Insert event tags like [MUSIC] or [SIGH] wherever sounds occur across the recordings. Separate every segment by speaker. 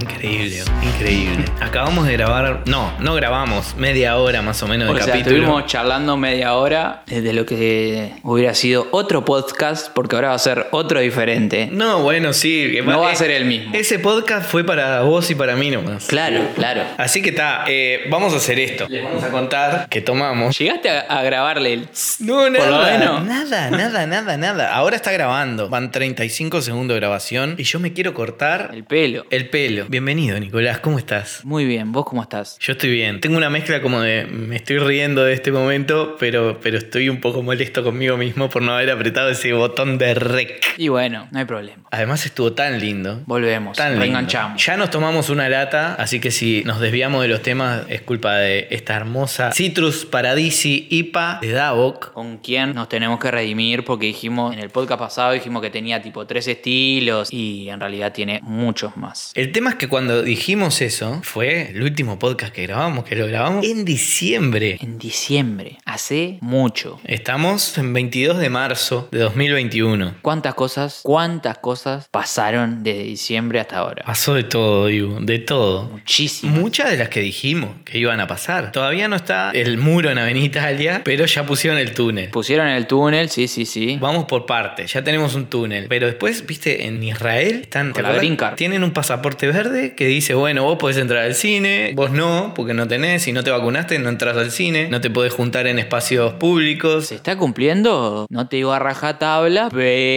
Speaker 1: Increíble, increíble. Acabamos de grabar, no, no grabamos, media hora más o menos de
Speaker 2: O sea,
Speaker 1: capítulo.
Speaker 2: estuvimos charlando media hora de lo que hubiera sido otro podcast, porque ahora va a ser otro diferente.
Speaker 1: No, bueno, sí. que
Speaker 2: No va a
Speaker 1: eh,
Speaker 2: ser el mismo.
Speaker 1: Ese podcast fue para vos y para mí nomás.
Speaker 2: Claro, claro.
Speaker 1: Así que está, eh, vamos a hacer esto. Les vamos a contar que tomamos.
Speaker 2: ¿Llegaste a, a grabarle el tss?
Speaker 1: No,
Speaker 2: Por lo menos.
Speaker 1: Nada, nada, nada, nada. Ahora está grabando. Van 35 segundos de grabación y yo me quiero cortar
Speaker 2: el pelo?
Speaker 1: el pelo. Bienvenido, Nicolás, ¿cómo estás?
Speaker 2: Muy bien, ¿vos cómo estás?
Speaker 1: Yo estoy bien. Tengo una mezcla como de me estoy riendo de este momento, pero, pero estoy un poco molesto conmigo mismo por no haber apretado ese botón de rec.
Speaker 2: Y bueno, no hay problema.
Speaker 1: Además estuvo tan lindo.
Speaker 2: Volvemos,
Speaker 1: Tan lindo.
Speaker 2: reenganchamos.
Speaker 1: Ya nos tomamos una lata, así que si nos desviamos de los temas es culpa de esta hermosa Citrus Paradisi IPA de Davok.
Speaker 2: ¿Con quién nos tenemos que redimir? Porque dijimos, en el podcast pasado dijimos que tenía tipo tres estilos y en realidad tiene muchos más.
Speaker 1: El tema es que cuando dijimos eso, fue el último podcast que grabamos, que lo grabamos en diciembre.
Speaker 2: En diciembre, hace mucho.
Speaker 1: Estamos en 22 de marzo de 2021.
Speaker 2: ¿Cuántas cosas, cuántas cosas pasaron desde diciembre hasta ahora?
Speaker 1: Pasó de todo, Ibu, de todo.
Speaker 2: Muchísimo.
Speaker 1: Muchas de las que dijimos que iban a pasar. Todavía no está el muro en Avenida Italia, pero ya pusieron el túnel.
Speaker 2: Pusieron en el túnel, sí, sí, sí.
Speaker 1: Vamos por parte, ya tenemos un túnel. Pero después, viste, en Israel están.
Speaker 2: Con la
Speaker 1: acuerdas?
Speaker 2: green card.
Speaker 1: Tienen un pasaporte verde que dice: bueno, vos podés entrar al cine, vos no, porque no tenés, si no te vacunaste, no entras al cine, no te podés juntar en espacios públicos.
Speaker 2: ¿Se está cumpliendo? No te digo a rajatabla,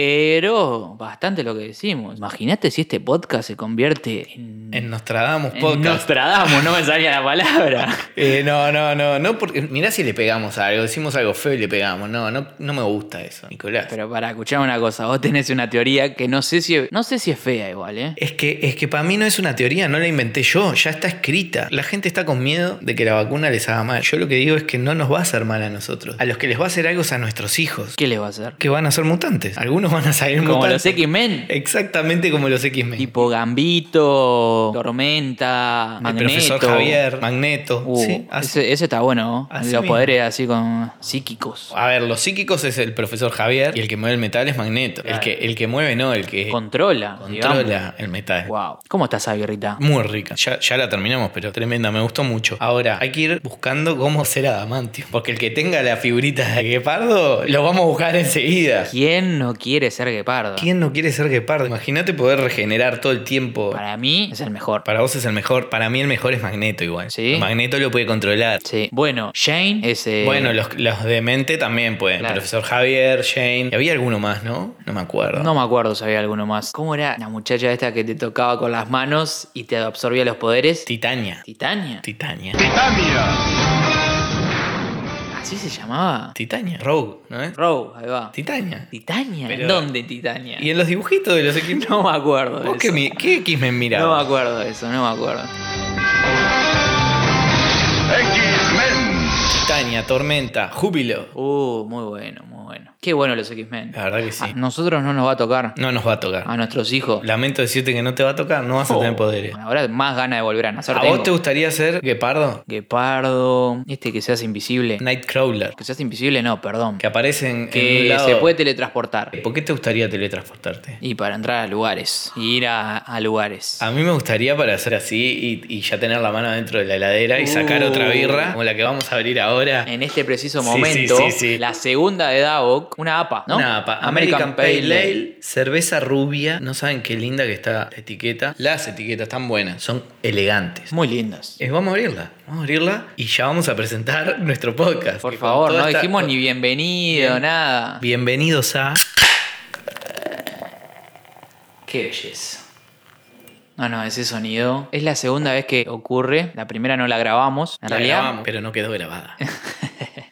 Speaker 2: pero bastante lo que decimos. Imagínate si este podcast se convierte en...
Speaker 1: En Nostradamus
Speaker 2: en
Speaker 1: Podcast.
Speaker 2: Nostradamus, no me salía la palabra.
Speaker 1: [LAUGHS] Eh, no, no, no, no, porque mirá si le pegamos algo, decimos algo feo y le pegamos. No, no, no me gusta eso, Nicolás.
Speaker 2: Pero para escuchar una cosa, vos tenés una teoría que no sé si no sé si es fea igual, ¿eh?
Speaker 1: Es que, es que para mí no es una teoría, no la inventé yo, ya está escrita. La gente está con miedo de que la vacuna les haga mal. Yo lo que digo es que no nos va a hacer mal a nosotros. A los que les va a hacer algo es a nuestros hijos,
Speaker 2: ¿Qué le va a hacer?
Speaker 1: que van a ser mutantes. Algunos van a salir
Speaker 2: Como
Speaker 1: mutantes.
Speaker 2: los X-Men,
Speaker 1: Exactamente como los X-Men.
Speaker 2: tipo Gambito, Tormenta,
Speaker 1: El
Speaker 2: Magneto.
Speaker 1: profesor Javier, Magneto.
Speaker 2: Uh,
Speaker 1: sí, así-
Speaker 2: ese, ese está bueno, ¿no?
Speaker 1: así
Speaker 2: Los
Speaker 1: mismo.
Speaker 2: poderes así con psíquicos.
Speaker 1: A ver, los psíquicos es el profesor Javier y el que mueve el metal es Magneto.
Speaker 2: Claro.
Speaker 1: El, que, el que mueve no, el que
Speaker 2: Controla.
Speaker 1: Eh, controla
Speaker 2: digamos.
Speaker 1: el metal.
Speaker 2: Wow. ¿Cómo está esa birrita?
Speaker 1: Muy rica. Ya, ya la terminamos, pero tremenda. Me gustó mucho. Ahora, hay que ir buscando cómo hacer adamantio. Porque el que tenga la figurita de guepardo, lo vamos a buscar enseguida.
Speaker 2: ¿Quién no quiere ser guepardo?
Speaker 1: ¿Quién no quiere ser guepardo? Imagínate poder regenerar todo el tiempo.
Speaker 2: Para mí es el mejor.
Speaker 1: Para vos es el mejor. Para mí el mejor es Magneto igual.
Speaker 2: Sí.
Speaker 1: Magneto lo puede controlar.
Speaker 2: Sí. Bueno, Shane es. eh,
Speaker 1: Bueno, los, los de mente también pueden.
Speaker 2: Claro.
Speaker 1: Profesor Javier, Shane. Y había alguno más, ¿no? No me acuerdo.
Speaker 2: No me acuerdo si había alguno más. ¿Cómo era la muchacha esta que te tocaba con las manos y te absorbía los poderes?
Speaker 1: Titania.
Speaker 2: Titania.
Speaker 1: Titania.
Speaker 2: Así se llamaba.
Speaker 1: Titania. Rogue, ¿no es?
Speaker 2: Row, ahí va.
Speaker 1: Titania.
Speaker 2: Titania.
Speaker 1: Pero-
Speaker 2: ¿Dónde Titania?
Speaker 1: Y en los dibujitos de los equipos.
Speaker 2: [LAUGHS] No me acuerdo. de
Speaker 1: ¿Vos qué,
Speaker 2: eso.
Speaker 1: mi- qué X-Men mirabas?
Speaker 2: No me acuerdo de eso, no me acuerdo.
Speaker 3: X-Men.
Speaker 1: Titania, Tormenta, Júbilo.
Speaker 2: Uh, muy bueno, muy bueno. Qué bueno los X-Men.
Speaker 1: La verdad que Ah, sí.
Speaker 2: A nosotros no nos va a tocar.
Speaker 1: No nos va a tocar.
Speaker 2: A nuestros hijos.
Speaker 1: Lamento decirte que no te va a tocar, no vas a tener poderes.
Speaker 2: Bueno, Ahora más ganas de volver a nacer.
Speaker 1: ¿A
Speaker 2: Oh. tengo.
Speaker 1: vos te gustaría ser Guepardo?
Speaker 2: Guepardo. Este que se hace invisible.
Speaker 1: Nightcrawler.
Speaker 2: Que se hace invisible, no, perdón.
Speaker 1: Que aparece en, en un
Speaker 2: Que
Speaker 1: lado.
Speaker 2: se puede teletransportar.
Speaker 1: ¿Por qué te gustaría teletransportarte?
Speaker 2: Y para entrar a lugares. Y ir a, a lugares.
Speaker 1: A mí me gustaría para hacer así y, y ya tener la mano dentro de la heladera y sacar
Speaker 2: Uh.
Speaker 1: otra birra, como la que vamos a abrir ahora.
Speaker 2: En este preciso
Speaker 1: Sí, sí,
Speaker 2: momento,
Speaker 1: sí, sí.
Speaker 2: la segunda de Davok, una APA, ¿no?
Speaker 1: Una APA. American, Pale Ale, cerveza rubia. No saben qué linda que está la etiqueta. Las etiquetas están buenas, son elegantes.
Speaker 2: Muy lindas.
Speaker 1: Eh, vamos a abrirla, vamos a abrirla y ya vamos a presentar nuestro podcast.
Speaker 2: Por
Speaker 1: Que con
Speaker 2: favor,
Speaker 1: toda
Speaker 2: no
Speaker 1: esta-
Speaker 2: dijimos ni bienvenido, nada.
Speaker 1: Bienvenidos a...
Speaker 2: Qué belleza. No, no, ese sonido es la segunda vez que ocurre. La primera no la grabamos. En
Speaker 1: La
Speaker 2: realidad, eh,
Speaker 1: grabamos, pero no quedó
Speaker 2: [LAUGHS]
Speaker 1: grabada.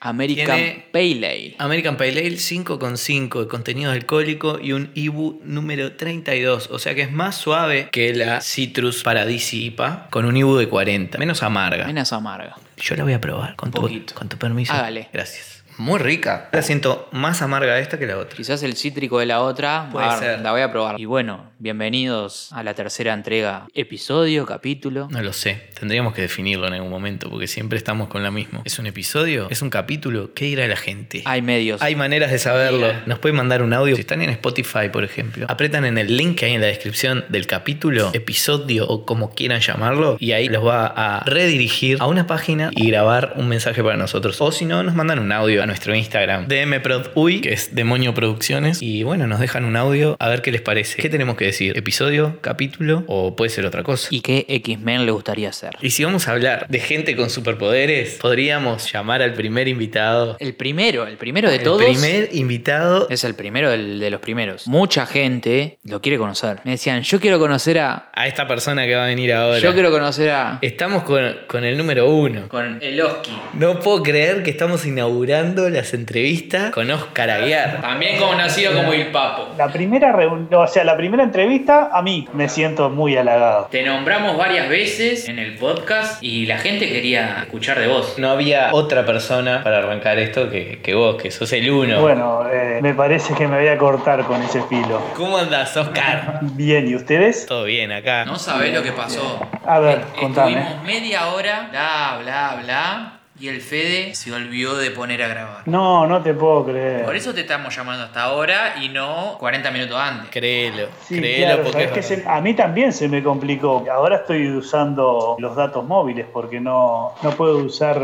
Speaker 2: American
Speaker 1: Tiene-
Speaker 2: Pale Ale.
Speaker 1: American Pale Ale 5.5 de contenido alcohólico y un IBU número 32. O sea que es más suave que la Citrus Paradisi IPA con un IBU de 40. Menos amarga.
Speaker 2: Menos amarga.
Speaker 1: Yo la voy a probar con, tu,
Speaker 2: poquito.
Speaker 1: con tu permiso.
Speaker 2: Hágale.
Speaker 1: Gracias. muy rica. La siento más amarga esta que la otra.
Speaker 2: Quizás el cítrico de la otra.
Speaker 1: Puede
Speaker 2: a ver,
Speaker 1: ser.
Speaker 2: La voy a probar. Y bueno, bienvenidos a la tercera entrega. Episodio, capítulo.
Speaker 1: No lo sé, tendríamos que definirlo en algún momento, porque siempre estamos con la misma. ¿Es un episodio? ¿Es un capítulo? ¿Qué dirá la gente?
Speaker 2: Hay medios.
Speaker 1: Hay maneras de saberlo.
Speaker 2: Mira.
Speaker 1: Nos pueden mandar un audio. Si están en Spotify, por ejemplo, apretan en el link que hay en la descripción del capítulo, episodio o como quieran llamarlo, y ahí los va a redirigir a una página y grabar un mensaje para nosotros. O si no, nos mandan un audio a nuestro Instagram, dmproduy, que es Demonio Producciones, y bueno, nos dejan un audio a ver qué les parece. ¿Qué tenemos que decir? ¿Episodio? ¿Capítulo? ¿O puede ser otra cosa?
Speaker 2: ¿Y qué X-Men le gustaría hacer?
Speaker 1: Y si vamos a hablar de gente con superpoderes, podríamos llamar al primer invitado.
Speaker 2: El primero, el primero de
Speaker 1: El
Speaker 2: todos.
Speaker 1: primer invitado
Speaker 2: Es el primero del- de los primeros. Mucha gente lo quiere conocer. Me decían, yo quiero conocer a.
Speaker 1: a esta persona que va a venir ahora.
Speaker 2: Yo quiero conocer a.
Speaker 1: Estamos con, con el número uno.
Speaker 2: Con el Oski.
Speaker 1: No puedo creer que estamos inaugurando las entrevistas con Oscar Aguiar.
Speaker 2: También conocido como el Papo.
Speaker 4: La primera, reun- o sea, la primera entrevista a mí me siento muy halagado.
Speaker 2: Te nombramos varias veces en el podcast y la gente quería escuchar de vos.
Speaker 1: No había otra persona para arrancar esto que, que vos, que sos el uno.
Speaker 4: Bueno, eh, me parece que me voy a cortar con ese filo.
Speaker 1: ¿Cómo andás, Oscar?
Speaker 4: Bien, ¿y ustedes?
Speaker 1: Todo bien acá.
Speaker 2: No sabés lo que pasó.
Speaker 4: A ver,
Speaker 2: Eh,
Speaker 4: contame.
Speaker 2: Estuvimos media hora, bla, bla, bla. Y el Fede se olvidó de poner a grabar.
Speaker 4: No, no te puedo
Speaker 2: Por
Speaker 4: creer.
Speaker 2: eso te estamos llamando hasta ahora y no 40 minutos antes.
Speaker 1: Créelo,
Speaker 4: Sí,
Speaker 1: créelo
Speaker 4: claro,
Speaker 1: porque.
Speaker 4: sabés que se- a mí también se me complicó. Ahora estoy usando los datos móviles porque no, no puedo usar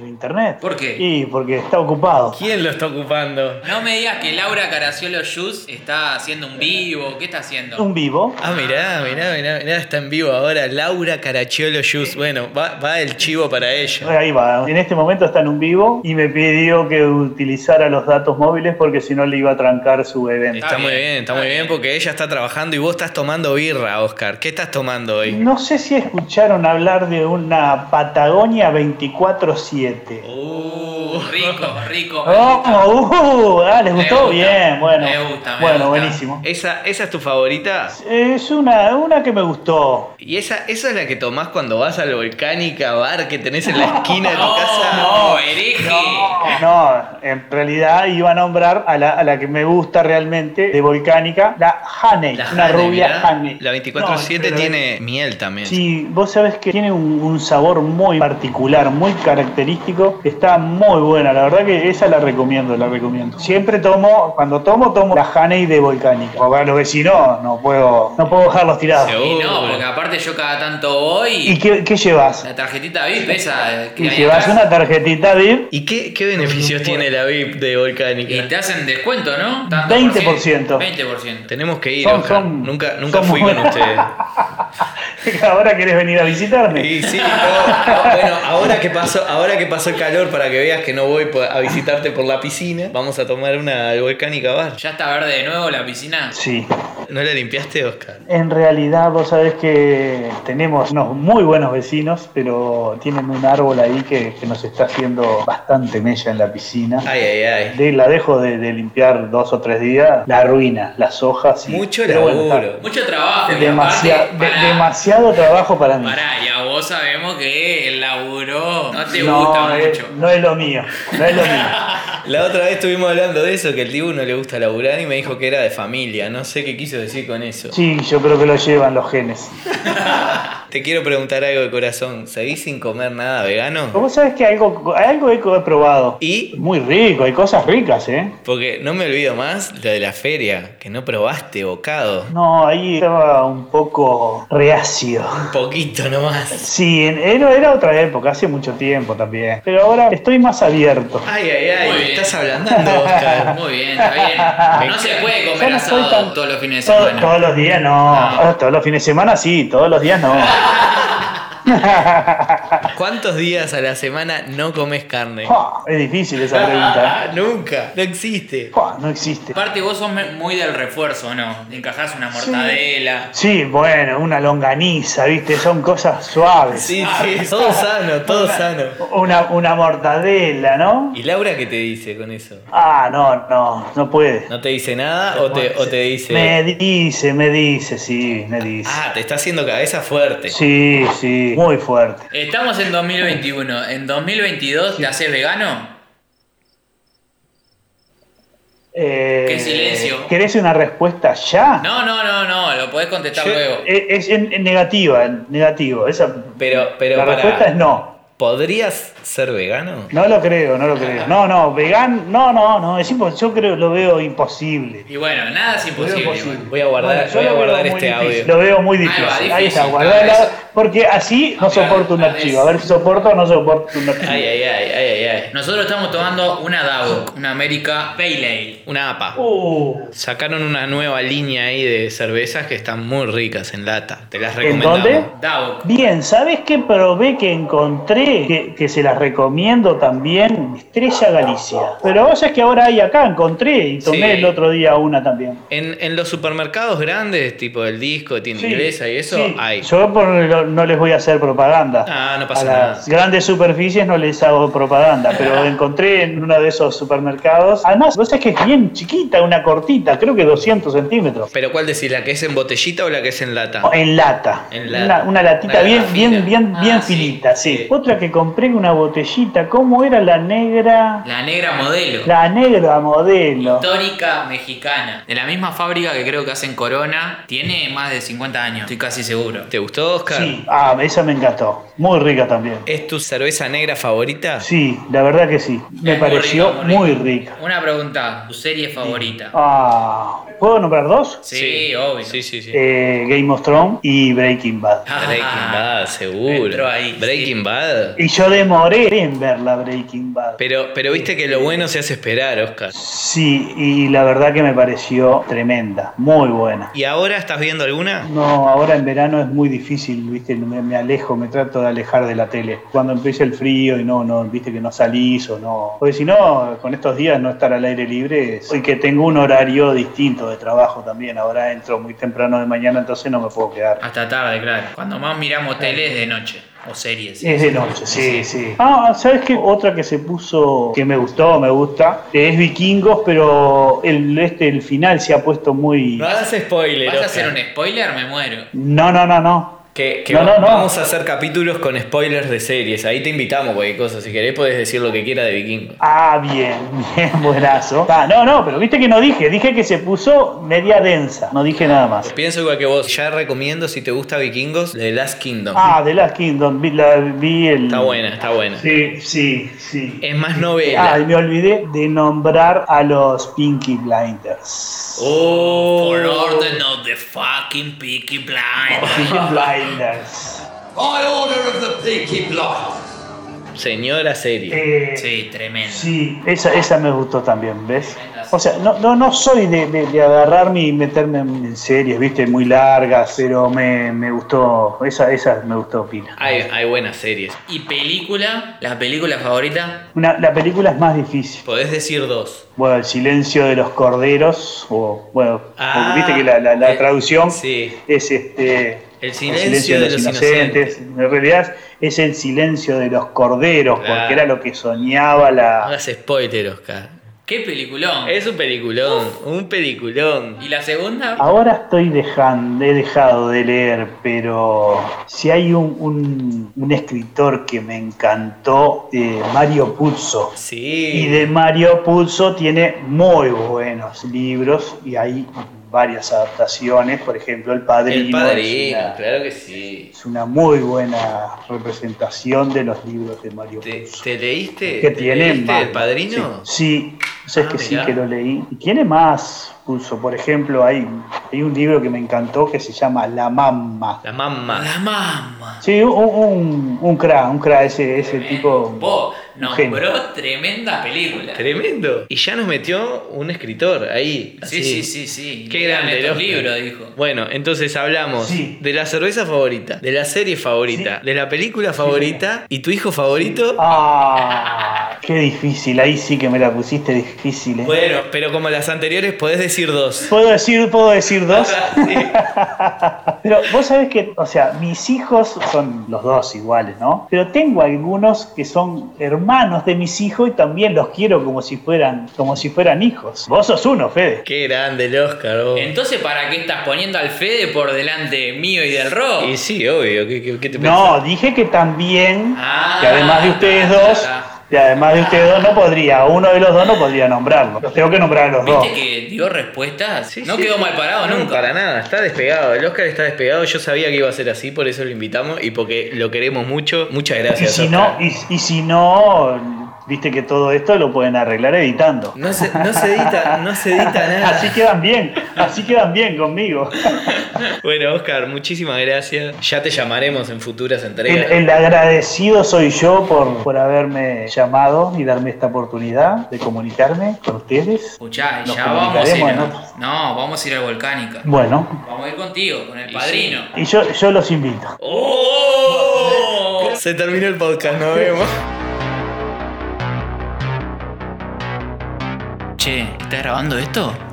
Speaker 4: el internet.
Speaker 2: ¿Por qué?
Speaker 4: Y porque está ocupado.
Speaker 1: ¿Quién lo está ocupando?
Speaker 2: No me digas que Laura Caraciolo Yus está haciendo un vivo. ¿Qué está haciendo?
Speaker 4: Un vivo.
Speaker 1: Ah, mirá, mirá, mirá, mirá, está en vivo ahora Laura Caracciolo Yus. Bueno, va, va el chivo para
Speaker 2: Ah,
Speaker 1: ella.
Speaker 4: Ahí va, en este momento está en un vivo y me pidió que utilizara los datos móviles porque si no le iba a trancar su evento.
Speaker 1: Está muy bien, está muy bien porque ella está trabajando y vos estás tomando birra, Oscar. ¿Qué estás tomando hoy?
Speaker 4: No sé si escucharon hablar de una Patagonia 24-7.
Speaker 2: Uh, rico, rico. Oh, me gusta.
Speaker 4: ¡Oh! uh, ah, ¿Les
Speaker 2: Me
Speaker 4: gustó?
Speaker 2: gusta,
Speaker 4: Bien, bueno.
Speaker 2: me gusta, me
Speaker 4: bueno,
Speaker 2: gusta.
Speaker 4: buenísimo.
Speaker 1: ¿Esa, ¿Esa es tu favorita?
Speaker 4: Es una, una que me gustó.
Speaker 1: ¿Y esa, esa es la que tomás cuando vas al volcánica bar que tenés en la esquina [LAUGHS] de tu casa?
Speaker 2: Oh, No, hereje.
Speaker 4: No, en realidad iba a nombrar a la, a la que me gusta realmente, de Volcánica, la Haney,
Speaker 1: La
Speaker 4: una
Speaker 1: Hane,
Speaker 4: rubia
Speaker 1: mirá.
Speaker 4: Haney.
Speaker 1: La 24-7
Speaker 4: No,
Speaker 1: tiene miel también.
Speaker 4: Sí, vos sabés que tiene un, un sabor muy particular, muy característico. Está muy buena, la verdad que esa la recomiendo, la recomiendo. Siempre tomo, cuando tomo, tomo la Haney de Volcánica. Porque a los vecinos no puedo, no puedo dejarlos tirados.
Speaker 1: Seguro.
Speaker 2: Y no, porque aparte yo cada tanto
Speaker 4: ¿Y
Speaker 2: voy.
Speaker 4: qué, qué llevas?
Speaker 2: La tarjetita VIP esa eh, que
Speaker 4: ¿Y
Speaker 2: hay
Speaker 4: llevas
Speaker 2: atrás,
Speaker 4: una tarjetita VIP?
Speaker 1: ¿Y qué, qué beneficios tiene la VIP de
Speaker 2: Y
Speaker 1: volcánica?
Speaker 2: te hacen descuento, ¿no? Tanto
Speaker 4: 20%.
Speaker 2: 20%.
Speaker 1: Tenemos que ir,
Speaker 4: Son-
Speaker 1: Oscar.
Speaker 4: son-
Speaker 1: nunca nunca
Speaker 4: son
Speaker 1: fui
Speaker 4: muy-
Speaker 1: con ustedes.
Speaker 4: [LAUGHS] Ahora querés venir a visitarme.
Speaker 1: Y sí, no, Ah, bueno, ahora que pasó, ahora que pasó el calor para que veas que no voy po- a visitarte por la piscina, vamos a tomar una volcánica bar.
Speaker 2: ¿Ya está verde de nuevo la piscina?
Speaker 4: Sí.
Speaker 1: ¿No la limpiaste, Oscar?
Speaker 4: En realidad, vos sabés que tenemos unos muy buenos vecinos, pero tienen un árbol ahí que, que nos está haciendo bastante mella en la piscina.
Speaker 1: Ay, ay, ay.
Speaker 4: De- la dejo de, de limpiar dos o tres días, la arruina, las hojas. y-
Speaker 1: Mucho
Speaker 4: pero bueno,
Speaker 1: laburo.
Speaker 2: Mucho trabajo.
Speaker 4: está-
Speaker 2: y
Speaker 4: demasiado,
Speaker 2: aparte,
Speaker 4: de-
Speaker 2: pará,
Speaker 4: demasiado trabajo para mí.
Speaker 2: Pará, ya vos sabemos que el laburo no te
Speaker 4: no, eh.
Speaker 2: gusta
Speaker 4: es,
Speaker 2: mucho.
Speaker 4: no es lo mío, no es lo mío.
Speaker 1: La otra vez estuvimos hablando de eso, que el Dibu no le gusta laburar y me dijo que era de familia. No sé qué quiso decir con eso.
Speaker 4: Sí, yo creo que lo llevan los genes.
Speaker 1: Te quiero preguntar algo de corazón. ¿Seguís sin comer nada vegano?
Speaker 4: Vos sabés que algo, algo he probado.
Speaker 1: Y,
Speaker 4: Muy rico, hay cosas ricas, ¿eh?
Speaker 1: porque no me olvido más, lo de la feria, que no probaste bocado.
Speaker 4: No, ahí estaba un poco reacio.
Speaker 1: Un poquito nomás.
Speaker 4: Sí, en- era, era otra época, hace mucho tiempo también. Pero ahora estoy más abierto.
Speaker 1: Ay, ay,
Speaker 2: Muy
Speaker 1: ay, te
Speaker 2: bien.
Speaker 1: estás ablandando, Oscar.
Speaker 2: Muy bien, está
Speaker 4: [LAUGHS]
Speaker 2: bien. No
Speaker 1: Me-
Speaker 2: se puede
Speaker 4: Yo
Speaker 2: comer
Speaker 4: no soy
Speaker 2: asado
Speaker 4: tan-
Speaker 2: todos los fines de
Speaker 4: Todo-
Speaker 2: semana.
Speaker 4: todos los días no. Ah, Todos los fines de semana sí, todos los días no.
Speaker 1: ¿Cuántos días a la semana no comes carne?
Speaker 4: Fua, Ah, es difícil esa pregunta. ¿eh?
Speaker 1: Ah, nunca, no existe.
Speaker 4: Fua, no existe.
Speaker 2: Aparte vos sos me- muy del refuerzo, ¿no? Encajás una mortadela.
Speaker 4: Sí, bueno, una longaniza, viste, son cosas suaves.
Speaker 1: Sí, sí, todo sano, todo sano.
Speaker 4: Una, una mortadela, ¿no?
Speaker 1: ¿Y Laura qué te dice con eso?
Speaker 4: Ah, no, no, no puede.
Speaker 1: ¿No te dice nada o te, o te dice...
Speaker 4: Me dice, me dice, sí, me dice.
Speaker 1: Ah, te está haciendo cabeza fuerte.
Speaker 4: Sí, sí, muy fuerte.
Speaker 2: Estamos en 2021. ¿En 2022 te haces vegano?
Speaker 4: Eh,
Speaker 5: Qué silencio.
Speaker 4: ¿Querés una respuesta ya?
Speaker 5: No, no, no, no, lo podés contestar
Speaker 1: Yo-
Speaker 5: luego.
Speaker 4: eh, Es, es en- en negativa, en negativo. Esa,
Speaker 1: Pero, pero
Speaker 4: la
Speaker 1: pará.
Speaker 4: respuesta es no.
Speaker 1: ¿Podrías ser vegano?
Speaker 4: No lo creo, no lo creo. No, no, vegan, no, no, no. Es impo- yo creo, lo veo imposible.
Speaker 5: Y bueno, nada es imposible. igual.
Speaker 1: Voy a guardar,
Speaker 4: Bueno, yo
Speaker 1: voy a
Speaker 4: lo veo
Speaker 1: guardar
Speaker 4: muy
Speaker 1: este
Speaker 4: difícil,
Speaker 1: audio.
Speaker 4: Lo veo muy difícil. Ahí,
Speaker 5: Ahí va,
Speaker 4: está,
Speaker 5: difícil,
Speaker 4: guardala.
Speaker 5: claro, eso.
Speaker 4: Porque así no
Speaker 5: Ah, claro,
Speaker 4: soporto un
Speaker 5: claro,
Speaker 4: archivo. A
Speaker 5: eso.
Speaker 4: ver si soporto o no soporto un archivo.
Speaker 1: Ay, ay, ay, ay, ay, ay.
Speaker 5: Nosotros estamos tomando una DAO, una América Pale Ale.
Speaker 1: Una APA.
Speaker 4: Uh,
Speaker 1: Sacaron una nueva línea ahí de cervezas que están muy ricas en lata. Te las
Speaker 4: ¿En
Speaker 1: recomendamos.
Speaker 4: dónde?
Speaker 5: DAO.
Speaker 4: bien, ¿sabes qué probé que encontré? Que, que se las recomiendo también. Estrella Galicia. Pero vos es que ahora hay acá, encontré y tomé
Speaker 1: Sí.
Speaker 4: el otro día una también.
Speaker 1: En, en los supermercados grandes, tipo el disco, tienda
Speaker 4: Sí,
Speaker 1: inglesa y eso,
Speaker 4: sí.
Speaker 1: hay.
Speaker 4: Yo por- no les voy a hacer propaganda.
Speaker 1: Ah, no pasa
Speaker 4: a
Speaker 1: nada.
Speaker 4: las grandes superficies no les hago
Speaker 1: [LAUGHS]
Speaker 4: propaganda, pero encontré en uno de esos supermercados. Además, vos sabés que es bien chiquita, una cortita, creo que 200 centímetros.
Speaker 1: Pero ¿cuál decís? ¿La que es en botellita o la que es en lata?
Speaker 4: En lata.
Speaker 1: En lata.
Speaker 4: Una, una latita
Speaker 1: Una
Speaker 4: bien,
Speaker 1: lata
Speaker 4: bien,
Speaker 1: fina.
Speaker 4: bien,
Speaker 5: Ah,
Speaker 4: bien
Speaker 5: sí,
Speaker 4: finita, sí.
Speaker 1: sí.
Speaker 4: Otra que compré una botellita, ¿cómo era la negra?
Speaker 5: La negra modelo.
Speaker 4: La negra modelo.
Speaker 5: Histórica mexicana. De la misma fábrica que creo que hacen Corona. Tiene más de 50 años. Estoy casi seguro.
Speaker 1: ¿Te gustó, Oscar?
Speaker 4: Sí, ah, esa me encantó. Muy rica también.
Speaker 1: ¿Es tu cerveza negra favorita?
Speaker 4: Sí, la verdad que sí. Me
Speaker 5: Es muy
Speaker 4: pareció
Speaker 5: rica,
Speaker 4: muy rica.
Speaker 5: Una pregunta. ¿Tu serie favorita?
Speaker 4: Ah, ¿Puedo nombrar dos?
Speaker 5: Sí, obvio.
Speaker 1: Sí, sí, sí.
Speaker 4: Eh, Game of Thrones y Breaking Bad.
Speaker 1: Breaking
Speaker 5: Ah,
Speaker 1: Bad, seguro.
Speaker 5: entró ahí,
Speaker 1: Breaking
Speaker 5: sí.
Speaker 1: Bad.
Speaker 4: Y yo demoré en ver la Breaking Bad.
Speaker 1: Pero, pero viste que lo bueno se hace esperar, Oscar.
Speaker 4: Sí, y la verdad que me pareció tremenda, muy buena.
Speaker 1: ¿Y ahora estás viendo alguna?
Speaker 4: No, ahora en verano es muy difícil, viste, me, me alejo, me trato de alejar de la tele. Cuando empieza el frío y no, no, viste que no salís o no. Porque si no, con estos días no estar al aire libre es... Y que tengo un horario distinto de trabajo también, ahora entro muy temprano de mañana, entonces no me puedo quedar.
Speaker 5: Hasta tarde, claro. Cuando más miramos tele es de noche. O series.
Speaker 4: Es de noche, sí, sí. Ah, ¿sabes qué? Otra que se puso, que me gustó, me gusta, que es Vikingos, pero el, este, el final se ha puesto muy...
Speaker 1: No hagas spoiler.
Speaker 5: ¿Vas a
Speaker 1: Oscar.
Speaker 5: hacer un spoiler? Me muero.
Speaker 4: No, no, no, no.
Speaker 1: Que, que
Speaker 4: No, no, no.
Speaker 1: vamos a hacer capítulos con spoilers de series. Ahí te invitamos cualquier cosa. Si querés podés decir lo que quiera de Vikingo.
Speaker 4: Ah, bien, [LAUGHS] bien, buenazo. Ah, no, no, pero viste que no dije, dije que se puso media densa, no dije nada más.
Speaker 1: Pienso igual que vos. Ya recomiendo, si te gusta Vikingos, The Last Kingdom.
Speaker 4: Ah, The Last Kingdom, vi, la, vi el...
Speaker 1: Está buena, está buena.
Speaker 4: Sí, sí, sí.
Speaker 5: Eh,
Speaker 1: Es más
Speaker 4: Ah, y
Speaker 1: novela.
Speaker 4: me olvidé de nombrar a los Pinky Blinders.
Speaker 1: Oh.
Speaker 5: Por orden of the fucking Peaky Blind.
Speaker 4: Peaky Blinders.
Speaker 1: Señora serie.
Speaker 4: Eh,
Speaker 5: Sí, tremendo.
Speaker 4: Sí, esa, esa me gustó también, ¿ves? O sea, no, no, no soy de, de- de agarrarme y meterme en series, viste, muy largas, pero me, me gustó, esa, esa me gustó pila.
Speaker 1: Hay, hay buenas series.
Speaker 5: ¿Y película? ¿La película favorita?
Speaker 4: Una, la película es más difícil.
Speaker 1: Podés decir dos.
Speaker 4: Bueno, El silencio de los corderos, o bueno,
Speaker 1: Ah,
Speaker 4: porque viste que la, la- la
Speaker 1: eh,
Speaker 4: traducción
Speaker 1: sí.
Speaker 4: es este...
Speaker 1: El silencio de los inocentes.
Speaker 4: En realidad es el silencio de los corderos,
Speaker 1: Claro.
Speaker 4: porque era lo que soñaba
Speaker 1: No
Speaker 4: la...
Speaker 1: hagas spoiler, Oscar.
Speaker 5: ¿Qué peliculón?
Speaker 1: Es un peliculón, un peliculón.
Speaker 5: ¿Y la segunda?
Speaker 4: Ahora estoy dejando, he dejado de leer, pero si hay un, un- un escritor que me encantó, eh, Mario Puzo. Y
Speaker 1: Sí.
Speaker 4: de Mario Puzo tiene muy buenos libros y hay varias adaptaciones, por ejemplo, El Padrino.
Speaker 1: El padrino,
Speaker 4: es, una,
Speaker 1: claro que sí.
Speaker 4: es una muy buena representación de los libros de Mario
Speaker 1: ¿Te,
Speaker 4: Puzo.
Speaker 1: te leíste?
Speaker 4: que
Speaker 1: te
Speaker 4: tiene
Speaker 1: leíste
Speaker 4: más.
Speaker 1: el padrino?
Speaker 4: Sí, sí, o sea, es
Speaker 1: Ah,
Speaker 4: que sí
Speaker 1: mirá.
Speaker 4: que lo leí. Y tiene más pulso. Por ejemplo, hay, hay un libro que me encantó que se llama La Mamma.
Speaker 1: La mamá.
Speaker 5: La mamá.
Speaker 4: Sí, un, un, un cra, un cra, ese, ese tipo.
Speaker 5: Vos nombró tremenda película.
Speaker 1: Tremendo. Y ya nos metió un escritor ahí.
Speaker 5: Sí,
Speaker 1: así.
Speaker 5: sí, sí, sí.
Speaker 1: Qué
Speaker 5: Lean
Speaker 1: grande,
Speaker 5: estos
Speaker 1: Oscar.
Speaker 5: libros, dijo.
Speaker 1: Bueno, entonces hablamos
Speaker 4: Sí.
Speaker 1: de la cerveza favorita, de la serie favorita, de la película favorita y tu hijo favorito.
Speaker 4: Ah, qué difícil, ahí sí que me la pusiste difícil. eh.
Speaker 1: Bueno, pero como las anteriores podés decir dos.
Speaker 4: ¿Puedo decir, puedo decir dos?
Speaker 1: [LAUGHS] Sí.
Speaker 4: Pero vos sabés que, o sea, mis hijos son los dos iguales, ¿no? Pero tengo algunos que son hermanos de mis hijos y también los quiero como si fueran, como si fueran hijos. Vos sos uno, Fede.
Speaker 1: Qué grande el Oscar. vos.
Speaker 5: Entonces, ¿para qué estás poniendo al Fede por delante mío y del rock?
Speaker 1: Y sí, obvio. ¿Qué, qué- qué te pensás?
Speaker 4: No, dije que también,
Speaker 5: Ah,
Speaker 4: que además de ustedes
Speaker 5: ta, ta,
Speaker 4: dos,
Speaker 5: ta.
Speaker 4: Y además de ustedes dos no podría, uno de los dos no podría nombrarlo. Los tengo que nombrar a los dos.
Speaker 2: ¿Viste que dio respuestas?
Speaker 1: Sí,
Speaker 2: no
Speaker 1: sí.
Speaker 2: quedó mal parado
Speaker 1: No,
Speaker 2: nunca.
Speaker 1: Para nada, está despegado. El Oscar está despegado. Yo sabía que iba a ser así, por eso lo invitamos y porque lo queremos mucho. Muchas
Speaker 4: Y
Speaker 1: gracias.
Speaker 4: si
Speaker 1: Oscar.
Speaker 4: no, y, y si no, viste que todo esto lo pueden arreglar editando.
Speaker 1: No se, no se edita, no se edita nada.
Speaker 4: [LAUGHS] Así quedan bien, así quedan bien conmigo.
Speaker 1: Bueno, Oscar, muchísimas gracias. Ya te llamaremos en futuras
Speaker 4: El,
Speaker 1: entregas.
Speaker 4: el agradecido soy yo por, por haberme llamado y darme esta oportunidad de comunicarme con ustedes.
Speaker 2: Escuchá,
Speaker 4: Nos
Speaker 2: ya vamos a ir.
Speaker 4: comunicaremos,
Speaker 2: a- No, vamos a ir al Volcánica.
Speaker 4: Bueno,
Speaker 2: Vamos a ir contigo, con el padrino.
Speaker 4: y yo, yo los invito.
Speaker 1: ¡Oh! Se terminó el podcast, nos vemos.
Speaker 2: Che, ¿estás grabando esto?